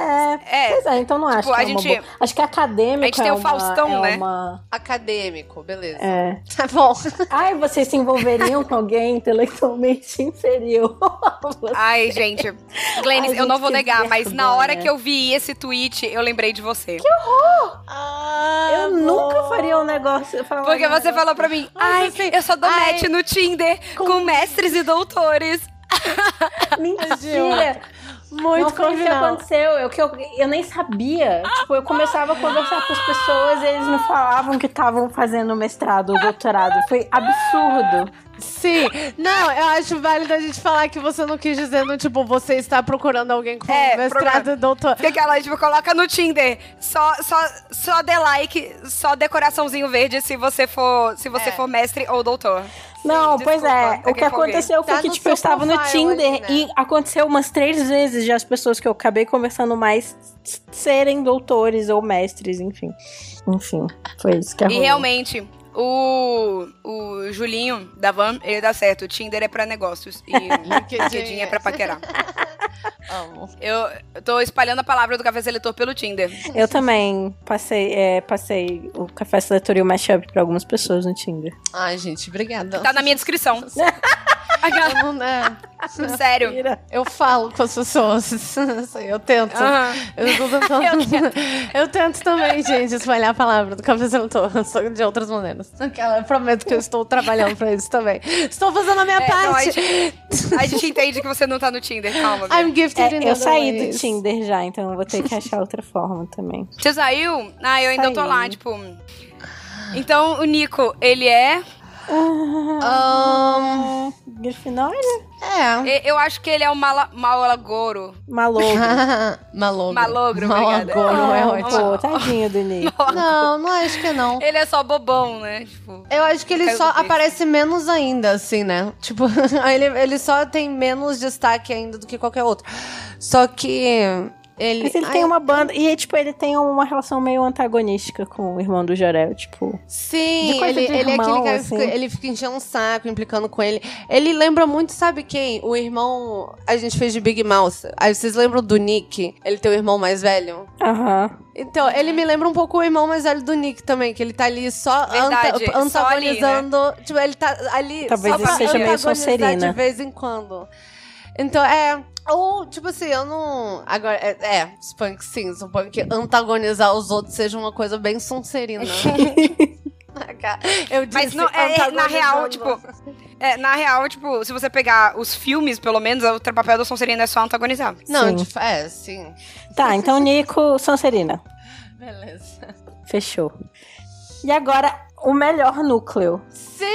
Speaker 8: É,
Speaker 9: É.
Speaker 8: pois é, então não acho
Speaker 9: Tipo,
Speaker 8: que
Speaker 9: a
Speaker 8: é uma
Speaker 9: gente-
Speaker 8: boa. Acho que acadêmica
Speaker 9: a gente tem
Speaker 8: é
Speaker 9: o
Speaker 8: uma-
Speaker 9: Faustão,
Speaker 8: é
Speaker 9: né?
Speaker 8: uma-
Speaker 7: Acadêmico, beleza.
Speaker 8: é.
Speaker 7: Tá bom.
Speaker 8: Ai, vocês se envolveriam com alguém intelectualmente inferior.
Speaker 9: Ai, gente. Glennis,
Speaker 8: Ai,
Speaker 9: eu não
Speaker 8: gente,
Speaker 9: vou
Speaker 8: que
Speaker 9: negar, mas na hora
Speaker 8: vergonha.
Speaker 9: que eu vi esse tweet, eu lembrei de você. Ah,
Speaker 8: Eu nunca faria um negócio. eu falava
Speaker 9: Porque
Speaker 8: um
Speaker 9: você
Speaker 8: negócio.
Speaker 9: falou pra mim, ai,
Speaker 7: assim,
Speaker 9: eu só dou
Speaker 7: ai,
Speaker 9: match no Tinder com, mestres e doutores.
Speaker 8: Mentira!
Speaker 7: Muito
Speaker 8: não foi o que
Speaker 7: corvinal.
Speaker 8: aconteceu. Eu, que eu, eu nem sabia. Tipo, eu começava a conversar com as pessoas e eles me falavam que estavam fazendo mestrado ou doutorado. Foi absurdo.
Speaker 7: Sim. Não, eu acho válido a gente falar que você não quis dizer no tipo, você está procurando alguém com
Speaker 9: É,
Speaker 7: mestrado e doutor.
Speaker 9: Porque aquela, tipo, coloca no Tinder, só, só, só dê like, só decoraçãozinho verde se você for, se você
Speaker 7: É.
Speaker 9: for mestre ou doutor.
Speaker 8: Não,
Speaker 9: Sim,
Speaker 8: pois
Speaker 9: desculpa,
Speaker 8: é.
Speaker 9: eu
Speaker 8: O que
Speaker 9: me empolguei.
Speaker 8: aconteceu foi
Speaker 7: Tá
Speaker 8: que,
Speaker 7: no
Speaker 8: tipo, eu
Speaker 7: seu
Speaker 8: estava no
Speaker 7: profile
Speaker 8: Tinder
Speaker 7: hoje, né?
Speaker 8: e aconteceu umas três vezes de as pessoas que eu acabei conversando mais s- serem doutores ou mestres, enfim. Enfim, foi isso que
Speaker 9: E
Speaker 8: aconteceu.
Speaker 9: realmente, o, o Julinho da Van, ele dá certo. O Tinder é pra negócios e o LinkedIn é pra paquerar.
Speaker 7: Amo.
Speaker 9: Eu eu tô espalhando a palavra do café seletor pelo Tinder.
Speaker 8: Eu também passei, é, passei o Café Seletor e o Mashup pra algumas pessoas no Tinder.
Speaker 7: Ai, gente, obrigada.
Speaker 9: Tá na minha descrição.
Speaker 7: Eu, não- é,
Speaker 9: Sério.
Speaker 8: Mentira.
Speaker 7: eu falo com as pessoas. Isso aí, Eu tento.
Speaker 9: Aham.
Speaker 7: Eu, tô tentando-
Speaker 9: Eu
Speaker 7: Eu tento também, gente, espalhar a palavra do café seletor, só que de outras maneiras. Aquela, Eu prometo que eu estou trabalhando pra isso também. Estou fazendo a minha
Speaker 9: É, não, a,
Speaker 7: parte.
Speaker 9: gente, a gente entende que você não tá no Tinder, calma. Bia.
Speaker 7: I'm gifted in
Speaker 8: É, eu
Speaker 7: other
Speaker 8: saí do
Speaker 7: ways.
Speaker 8: Tinder já, então eu vou ter que achar outra forma também.
Speaker 9: Você saiu? Ah, eu ainda tô
Speaker 8: Saí.
Speaker 9: lá, tipo. Então, o Nico, ele é.
Speaker 8: É,
Speaker 7: Ahn,
Speaker 8: Grifinória?
Speaker 7: Hum,
Speaker 9: e-
Speaker 7: é.
Speaker 9: Eu acho que ele é o mala, Malagoro.
Speaker 8: Maluco.
Speaker 7: Malogro.
Speaker 9: Malogro, obrigada.
Speaker 7: Malogro, é
Speaker 8: Ah,
Speaker 7: ótimo.
Speaker 8: pô, tadinho do Nick.
Speaker 7: Não, não acho que não.
Speaker 9: Ele é só bobão, né? Tipo.
Speaker 7: Eu acho que ele
Speaker 9: Caiu
Speaker 7: só
Speaker 9: do peixe.
Speaker 7: aparece menos ainda, assim, né? Tipo, ele, ele só tem menos destaque ainda do que qualquer outro. Só que ele.
Speaker 8: Mas ele
Speaker 7: Ai,
Speaker 8: tem uma banda. E, tipo, ele tem uma relação meio antagonística com o irmão do Jorel. Tipo,
Speaker 7: Sim,
Speaker 8: de coisa
Speaker 7: ele,
Speaker 8: de
Speaker 7: ele é
Speaker 8: irmão,
Speaker 7: aquele cara que
Speaker 8: assim.
Speaker 7: fica- ele fica enchendo o saco, implicando com ele. Ele lembra muito, sabe quem? O irmão. A gente fez de Big Mouse. Aí vocês lembram do Nick? Ele tem o irmão mais velho.
Speaker 8: aham.
Speaker 7: Então, ele me lembra um pouco o irmão mais velho do Nick também, que ele tá ali né? só
Speaker 9: Verdade,
Speaker 7: anta-
Speaker 9: só ali,
Speaker 7: antagonizando. Tipo, ele tá ali
Speaker 8: Talvez
Speaker 7: só
Speaker 8: ele
Speaker 7: pra
Speaker 8: seja meio
Speaker 7: antagonizar
Speaker 8: Sonserina.
Speaker 7: de vez em quando. Então, é. Ou, tipo assim, eu não. Agora, é, é suponho que sim, suponho que antagonizar os outros seja uma coisa bem sonserina. eu disse,
Speaker 9: Mas não, é- é, na real,
Speaker 7: antagonizando.
Speaker 9: tipo. É, na real, tipo, se você pegar os filmes, pelo menos, o tra- papel do Sonserino é só antagonizar.
Speaker 7: Não,
Speaker 8: Sim.
Speaker 7: tipo, é, sim.
Speaker 8: Tá, então Nico, Sonserina.
Speaker 7: Beleza.
Speaker 8: Fechou. E agora, o melhor núcleo.
Speaker 7: Sim!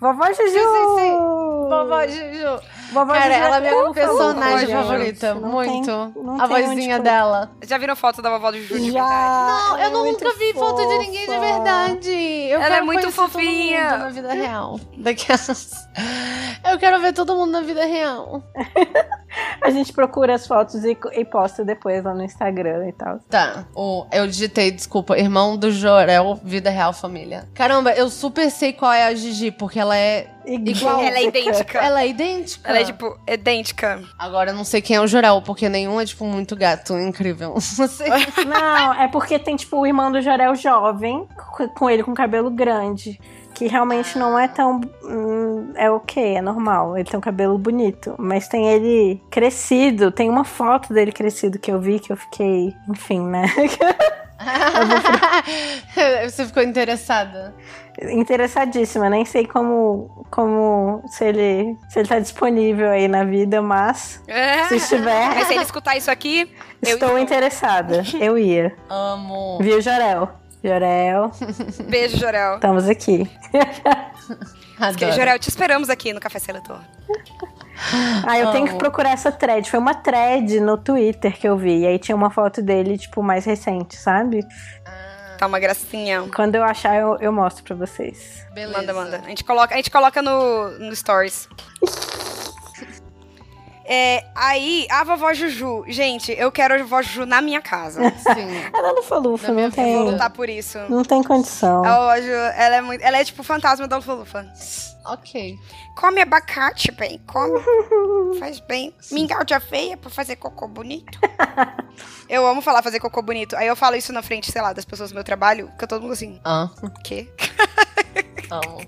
Speaker 8: Vovó Juju!
Speaker 7: sim, sim. Vovó Juju.
Speaker 8: Vovó
Speaker 7: Cara,
Speaker 8: José
Speaker 7: ela é minha
Speaker 8: tão
Speaker 7: personagem
Speaker 8: fofa,
Speaker 7: favorita.
Speaker 8: um gente. Não
Speaker 7: muito.
Speaker 8: tem- não
Speaker 7: a
Speaker 8: tem onde
Speaker 7: vozinha
Speaker 8: pro-
Speaker 7: dela.
Speaker 9: Já viram foto da vovó do Juju de verdade?
Speaker 8: Já,
Speaker 7: Não, eu
Speaker 8: ela é
Speaker 7: nunca
Speaker 8: muito
Speaker 7: vi foto de
Speaker 8: fofa.
Speaker 7: ninguém de verdade. Eu
Speaker 9: Ela é
Speaker 7: quero
Speaker 9: muito
Speaker 7: conhecer todo
Speaker 9: fofinha.
Speaker 7: mundo na vida real. Daquelas. Eu quero ver todo mundo na vida real.
Speaker 8: A gente procura as fotos e, e posta depois lá no Instagram e tal.
Speaker 7: Tá, o, eu digitei, desculpa, irmão do Jorel, vida real, família. Caramba, eu super sei qual é a Gigi, porque ela é. Igual.
Speaker 9: Ela é idêntica.
Speaker 7: Ela é idêntica.
Speaker 9: Ela é, tipo, idêntica.
Speaker 7: Agora eu não sei quem é o Jorel, porque nenhum é, tipo, muito gato, incrível. Não sei.
Speaker 8: Não, é porque tem, tipo, o irmão do Jorel jovem, co- com ele com cabelo grande. Que realmente não é tão. hum, é ok, é normal. Ele tem um cabelo bonito. Mas tem ele crescido. Tem uma foto dele crescido que eu vi que eu fiquei. Enfim, né?
Speaker 7: Você ficou interessada.
Speaker 8: Interessadíssima. Nem sei como. como se ele. se ele tá disponível aí na vida, mas.
Speaker 9: É.
Speaker 8: Se estiver,
Speaker 9: Mas se ele escutar isso aqui, eu
Speaker 8: estou interessada. Eu ia.
Speaker 7: Amo.
Speaker 8: Viu, Jorel? Jorel,
Speaker 9: beijo, Jorel.
Speaker 8: estamos aqui.
Speaker 9: Porque,
Speaker 7: Adoro.
Speaker 9: Jorel, te esperamos aqui no Café Seletor.
Speaker 8: Ah, eu tenho que
Speaker 7: Amo.
Speaker 8: procurar essa thread. Foi uma thread no Twitter que eu vi. E aí tinha uma foto dele, tipo, mais recente, sabe?
Speaker 9: Tá uma gracinha.
Speaker 8: Quando eu achar, eu, eu mostro pra vocês.
Speaker 7: Beleza.
Speaker 9: Manda, manda. A gente coloca, a gente coloca no, no Stories. É, aí, a vovó Juju. Gente, eu quero a vovó Juju na minha casa.
Speaker 7: Sim.
Speaker 8: Ela não falou,
Speaker 7: Na minha
Speaker 8: não
Speaker 9: Vou
Speaker 8: tem.
Speaker 7: vida.
Speaker 9: lutar por isso.
Speaker 8: Não tem condição.
Speaker 9: A vovó Juju, ela é muito. Ela é tipo o fantasma da Lufa-Lufa.
Speaker 7: Ok.
Speaker 9: Come abacate, bem. Come. Faz bem. Mingau de feia pra fazer cocô bonito. Eu amo falar fazer cocô bonito. Aí eu falo isso na frente, sei lá, das pessoas do meu trabalho, fica todo mundo assim,
Speaker 7: Ah,
Speaker 9: o quê?
Speaker 7: amo.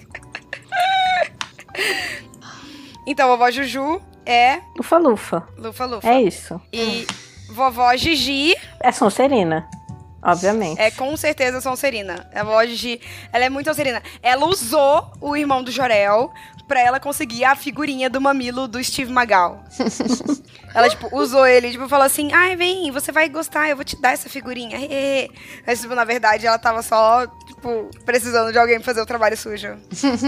Speaker 9: Então, vovó Juju é
Speaker 8: Lufa Lufa.
Speaker 9: Lufa-Lufa.
Speaker 8: É isso.
Speaker 9: E vovó Gigi
Speaker 8: É Sonserina. Obviamente.
Speaker 9: é com certeza Sonserina. A vovó Gigi, ela é muito Sonserina. Ela usou o irmão do Jorel pra ela conseguir a figurinha do mamilo do Steve Magal. ela, tipo, usou ele, tipo, falou assim, ai, vem, você vai gostar, eu vou te dar essa figurinha. Hehe." Mas, tipo, na verdade, ela tava só, tipo, precisando de alguém pra fazer o trabalho sujo.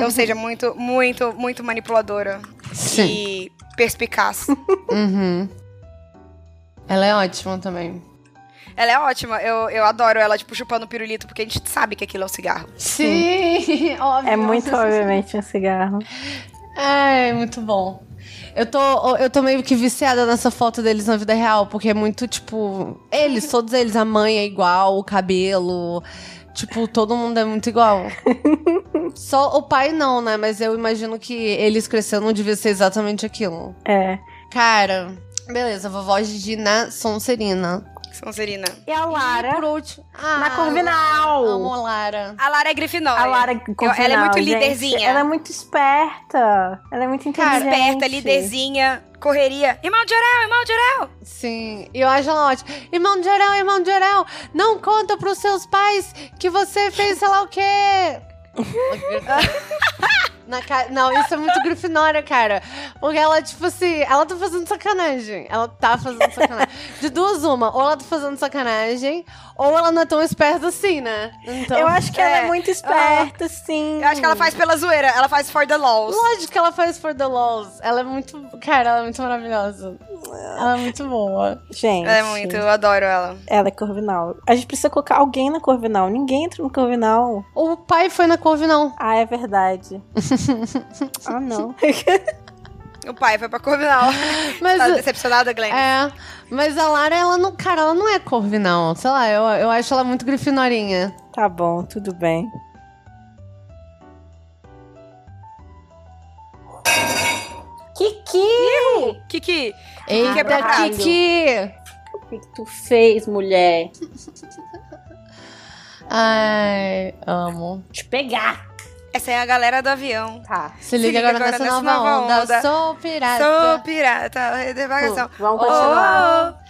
Speaker 9: Ou seja, muito, muito, muito manipuladora.
Speaker 7: Sim.
Speaker 9: E perspicaz.
Speaker 7: Uhum. Ela é ótima também.
Speaker 9: Ela é ótima, eu, eu adoro ela, tipo, chupando pirulito, porque a gente sabe que aquilo é um cigarro.
Speaker 7: Sim, óbvio.
Speaker 8: É muito, obviamente, um cigarro.
Speaker 7: É, muito bom. Eu tô, eu tô meio que viciada nessa foto deles na vida real, porque é muito, tipo... Eles, todos eles, a mãe é igual, o cabelo... Tipo, todo mundo é muito igual. Só o pai não, né? Mas eu imagino que eles crescendo não devia ser exatamente aquilo.
Speaker 8: É.
Speaker 7: Cara, beleza, vovó Gigi na Sonserina.
Speaker 9: Sonserina.
Speaker 8: E a
Speaker 7: E
Speaker 8: Lara?
Speaker 7: por último... Ah,
Speaker 8: na Corvinal!
Speaker 7: Amo Lara.
Speaker 9: A Lara é Grifinória.
Speaker 8: A Lara
Speaker 9: ela é muito
Speaker 8: gente.
Speaker 9: líderzinha.
Speaker 8: Ela é muito esperta. Ela é muito
Speaker 7: Cara,
Speaker 8: inteligente.
Speaker 9: Esperta, liderzinha, correria. Irmão de Jorel, irmão de Jorel.
Speaker 7: Sim, e eu acho ela ótima. Irmão de Jorel, irmão de Jorel, não conta pros seus pais que você fez sei lá o quê. Na ca- Não, isso é muito grifinória, cara. Porque ela, tipo assim, ela tá fazendo sacanagem. Ela tá fazendo sacanagem. De duas, uma. Ou ela tá fazendo sacanagem, ou ela não é tão esperta assim, né? Então,
Speaker 8: Eu acho que ela é muito esperta, sim.
Speaker 9: Eu acho que ela faz pela zoeira, ela faz for the laws.
Speaker 7: lógico que ela faz for the laws. Ela é muito. Cara, ela é muito maravilhosa. Ela é muito boa.
Speaker 8: Gente.
Speaker 9: Ela é muito, eu adoro ela.
Speaker 8: Ela é Corvinal. A gente precisa colocar alguém na Corvinal. Ninguém entra no Corvinal.
Speaker 7: O pai foi na couve, não.
Speaker 8: Ah, é verdade. ah, não.
Speaker 9: O pai foi pra Corvinal.
Speaker 7: Mas.
Speaker 9: tá decepcionada, Glenn?
Speaker 7: É, mas a Lara, ela não. Cara, ela não é corve, não. Sei lá, eu, eu acho ela muito grifinorinha.
Speaker 8: Tá bom, tudo bem. Kiki!
Speaker 9: Kiki,
Speaker 7: Eita,
Speaker 9: Quebra galho.
Speaker 7: Kiki!
Speaker 8: O que que tu fez, mulher?
Speaker 7: Ai, amo.
Speaker 8: Te pegar!
Speaker 9: essa é a galera do avião.
Speaker 8: Tá.
Speaker 7: Se liga, agora, nessa, nova, onda. Sou pirata.
Speaker 9: Sou pirata, devagação.
Speaker 8: Vamos continuar.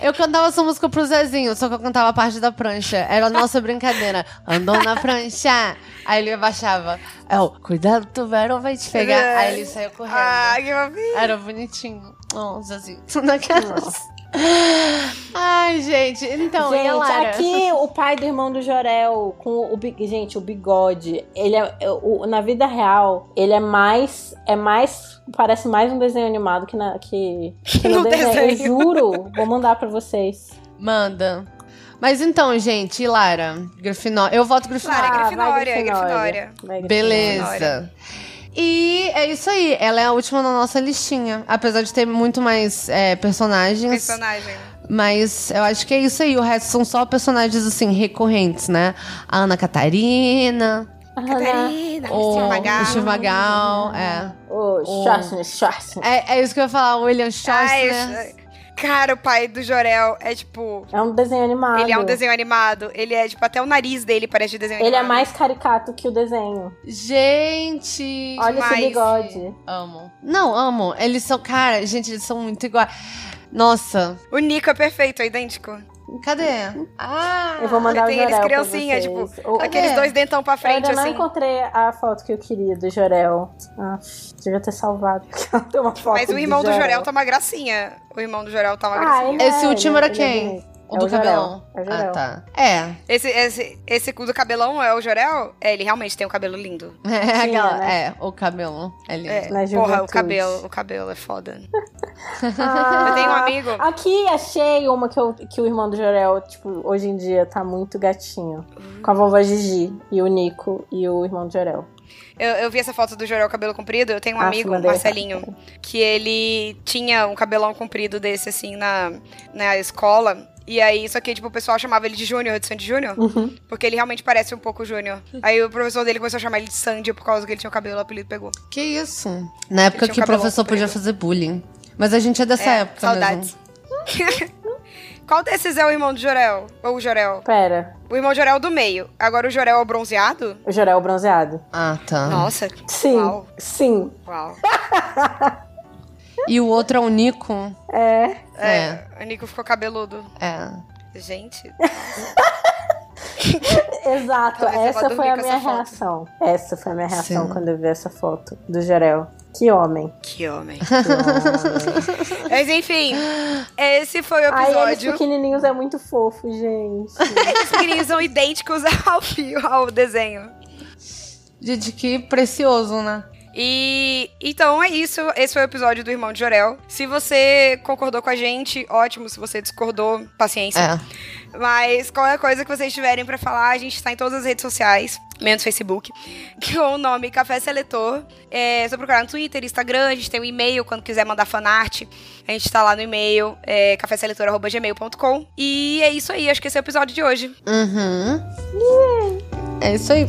Speaker 7: Eu cantava essa música pro Zezinho, só que eu cantava a parte da prancha. Era a nossa brincadeira. Andou na prancha. Aí ele abaixava. Eu, cuidado, o tubarão vai te pegar. Aí ele saiu correndo.
Speaker 9: Ah, que fofinho.
Speaker 7: Era bonitinho. Oh, Zezinho. Na casa. Ai, gente, então, e a
Speaker 8: gente,
Speaker 7: Lara?
Speaker 8: aqui o pai do irmão do Jorel com o bi- gente, o bigode, ele é é o- na vida real, ele é mais é mais parece mais um desenho animado que na que, que no
Speaker 9: No
Speaker 8: desenho. Eu
Speaker 9: desenho.
Speaker 8: juro, vou mandar pra vocês.
Speaker 7: Manda. Mas então, gente, e Lara? Grifinória. Eu voto Grifinória.
Speaker 9: Lara é
Speaker 8: Ah, vai,
Speaker 9: Grifinória, é Grifinória.
Speaker 8: Vai, Grifinória.
Speaker 7: Beleza. E é isso aí. Ela é a última na nossa listinha. Apesar de ter muito mais é, personagens.
Speaker 9: Personagem.
Speaker 7: Mas eu acho que é isso aí. O resto são só personagens, assim, recorrentes, né? A Ana Catarina,
Speaker 8: né?
Speaker 9: Catarina,
Speaker 7: o
Speaker 9: Steve Magal.
Speaker 7: o Steve Magal, é.
Speaker 8: O Schwarzenegger, Schwarzenegger.
Speaker 7: é. É isso que eu ia falar, o William
Speaker 9: Ai,
Speaker 7: Shatner.
Speaker 9: Ah, isso- Cara, o pai do Jorel é tipo.
Speaker 8: É um desenho animado.
Speaker 9: Ele é um desenho animado. Ele é, tipo, até o nariz dele parece de desenho
Speaker 8: Ele é
Speaker 9: animado.
Speaker 8: mais caricato que o desenho.
Speaker 7: Gente!
Speaker 8: Olha
Speaker 9: Demais.
Speaker 8: esse bigode.
Speaker 7: Amo. Não, amo. Eles são, cara, gente, eles são muito iguais. Nossa,
Speaker 9: O Nico é perfeito, é idêntico.
Speaker 7: cadê? Ah!
Speaker 8: Eu vou mandar
Speaker 9: Tem
Speaker 8: o
Speaker 9: eles
Speaker 8: Jorel pra
Speaker 9: criancinha,
Speaker 8: vocês.
Speaker 9: tipo,
Speaker 8: O-
Speaker 9: Aqueles
Speaker 7: É.
Speaker 9: dois dentão pra frente,
Speaker 8: eu ainda
Speaker 9: assim.
Speaker 8: não encontrei a foto que eu queria do Jorel. Ah, devia ter salvado. porque Tem uma foto
Speaker 9: Mas o irmão do Jorel tá uma gracinha. O irmão do Jorel tá uma
Speaker 8: Ah,
Speaker 9: gracinha.
Speaker 8: ele
Speaker 7: Esse
Speaker 8: é,
Speaker 7: último
Speaker 8: ele-
Speaker 7: era
Speaker 8: ele é
Speaker 7: quem?
Speaker 8: bonito.
Speaker 7: O
Speaker 8: É
Speaker 7: do
Speaker 8: o Jorel.
Speaker 7: cabelão.
Speaker 8: É o Jorel.
Speaker 7: ah, tá. É.
Speaker 9: Esse, esse, esse do cabelão é o Jorel? É, ele realmente tem um cabelo lindo.
Speaker 7: É, aquela,
Speaker 8: né?
Speaker 7: é, o cabelo. É lindo.
Speaker 9: É,
Speaker 8: Na
Speaker 9: porra, o
Speaker 8: juventude.
Speaker 9: cabelo, o cabelo é foda.
Speaker 8: Ah,
Speaker 9: Eu tenho um amigo,
Speaker 8: Aqui achei uma que, eu- que o irmão do Jorel, tipo, hoje em dia tá muito gatinho. Com a vovó Gigi e o Nico e o irmão do Jorel.
Speaker 9: eu, eu vi essa foto do Jorel cabelo comprido, eu tenho um
Speaker 8: Ah,
Speaker 9: amigo,
Speaker 8: mandei.
Speaker 9: Marcelinho, que ele tinha um cabelão comprido desse, assim, na, na escola. E aí, só que, tipo, o pessoal chamava ele de Júnior, de Sandy Júnior.
Speaker 8: Uhum.
Speaker 9: Porque ele realmente parece um pouco o Júnior. Aí o professor dele começou a chamar ele de Sandy por causa que ele tinha o cabelo, o apelido pegou.
Speaker 7: Que isso? Na época
Speaker 9: Tinha um
Speaker 7: que o
Speaker 9: cabelão
Speaker 7: professor
Speaker 9: comprido.
Speaker 7: podia fazer bullying. Mas a gente é dessa
Speaker 9: É,
Speaker 7: época
Speaker 9: saudades.
Speaker 7: mesmo.
Speaker 9: Qual desses é o irmão do Jorel? Ou o Jorel?
Speaker 8: Pera,
Speaker 9: O irmão do Jorel é o do meio. Agora o Jorel é o bronzeado?
Speaker 8: o Jorel bronzeado.
Speaker 7: Ah, tá.
Speaker 9: Nossa,
Speaker 8: Sim,
Speaker 9: Uau.
Speaker 8: sim.
Speaker 9: uau.
Speaker 7: E o outro é o Nico.
Speaker 8: É.
Speaker 7: É.
Speaker 9: O Nico ficou cabeludo.
Speaker 7: É.
Speaker 9: Gente, Talvez
Speaker 8: Exato,
Speaker 9: Então, eu vá
Speaker 8: essa
Speaker 9: dormir
Speaker 8: foi a
Speaker 9: com
Speaker 8: minha
Speaker 9: essa foto.
Speaker 8: reação. Essa foi a minha reação
Speaker 7: Sim.
Speaker 8: quando eu vi essa foto do Jorel. Que homem.
Speaker 9: que homem.
Speaker 8: Que homem.
Speaker 9: Mas enfim, esse foi o
Speaker 8: Ai, eles
Speaker 9: episódio.
Speaker 8: pequenininhos é muito fofo, gente.
Speaker 9: Eles queriam são idênticos ao fio, ao desenho.
Speaker 7: Gente, que precioso, né?
Speaker 9: E então é isso. Esse foi o episódio do Irmão de Jorel. Se você concordou com a gente, ótimo. Se você discordou, paciência.
Speaker 7: É.
Speaker 9: Mas qual é a coisa que vocês tiverem pra falar, a gente tá em todas as redes sociais, menos Facebook, com o nome Café Seletor. É só procurar no Twitter, Instagram, a gente tem um e-mail quando quiser mandar fanart. A gente tá lá no e-mail, é, caféseletor.gmail.com. E é isso aí, acho que esse é o episódio de hoje.
Speaker 7: Uhum. É isso aí.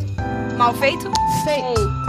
Speaker 9: Mal feito?
Speaker 7: Feito.
Speaker 8: Ei.